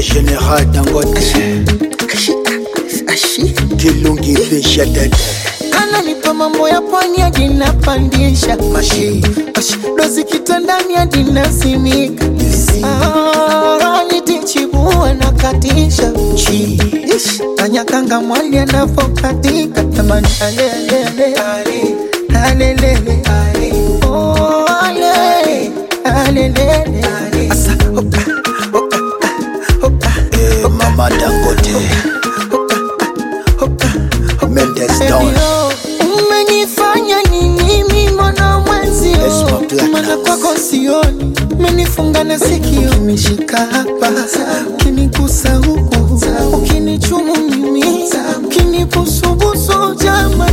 général Dangote Ashi, Kilungi Fisha Dede kana nipa mambo ya pwani hadi napandisha Mashi Ashi, dozi kitandani hadi nasimika Lisi Ah, rani tichibua na katisha Chi Ish, tanyakanga mwali anavokatika tamani alelele alelele Oh, ale, alelele Asa, hoka, hoka, hoka, Eh, Mama Dangote hoka Mendes Don Eyo, umenifanya nini mimona Yes, my black mwenziomaana ass. kwako sioni menifunga na sikio ukinishika hapa ukinigusa huku ukinichumu mimi ukinibusubusu jama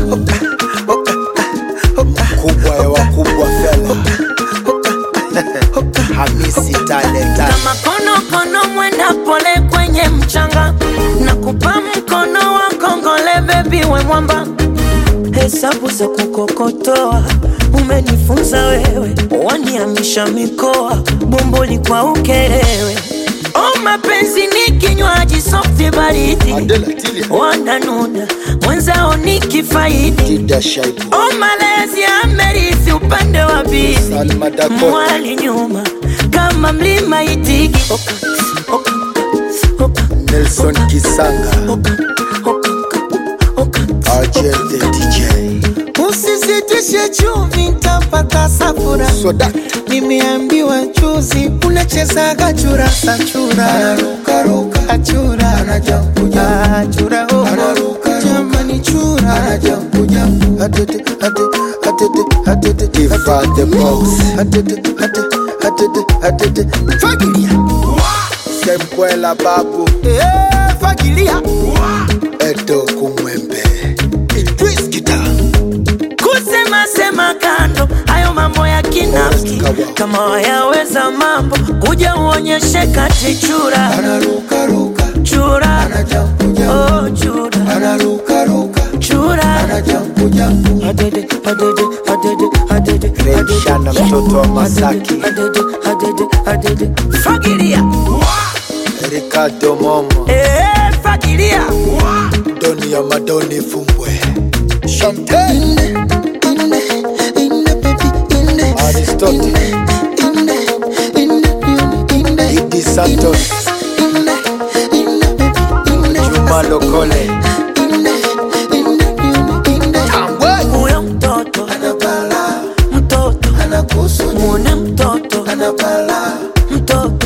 Kubwa ya wakubwa fela Hamisi Talenta kama konokono mwenda pole kwenye mchanga na kupa mkono wa kongole bebi we mwamba hesabu za kukokotoa umenifunza wewe waniamisha mikoa bomboli kwa ukerewe o mapenzi ni kinywaji softi baridi Mandela Tilia wananuna mwenzao ni kifaidi Tida Shaibu o malezi amerithi upande wa bizi Salma Dakota mwali nyuma kama mlima itigi Oka, oka, oka, Nelson Kisanga oka, oka, oka, RJ the DJ usizitishe chumvi ntapata safura Soda nimeambiwa juzi unachezaga churasa chura achura achura hongo jamani chura Give her the box fagilia Semkwela babu Eh, fagilia Edo kumwembe Idris kita kusema sema kando hayo mambo ya kinafiki Kawa. kama wayaweza mambo kuja uonyeshe kati chura Anarukaruka chura Anajangujangu oh, chura Anarukaruka chura Anajangujangu Hadede, hadede, hadede, hadede, hadede. Mremshana mtoto wa Masaki. Hadede, hadede, hadede, hadede. fagilia Ricardo Momo Eh, fagilia Doni ya Madoni Fumbwe Champagne Aristotle Idi Santos Juma Lokole Tambwe huyo mtoto Anabala mtoto Anakusu muone mtoto Anabala mtoto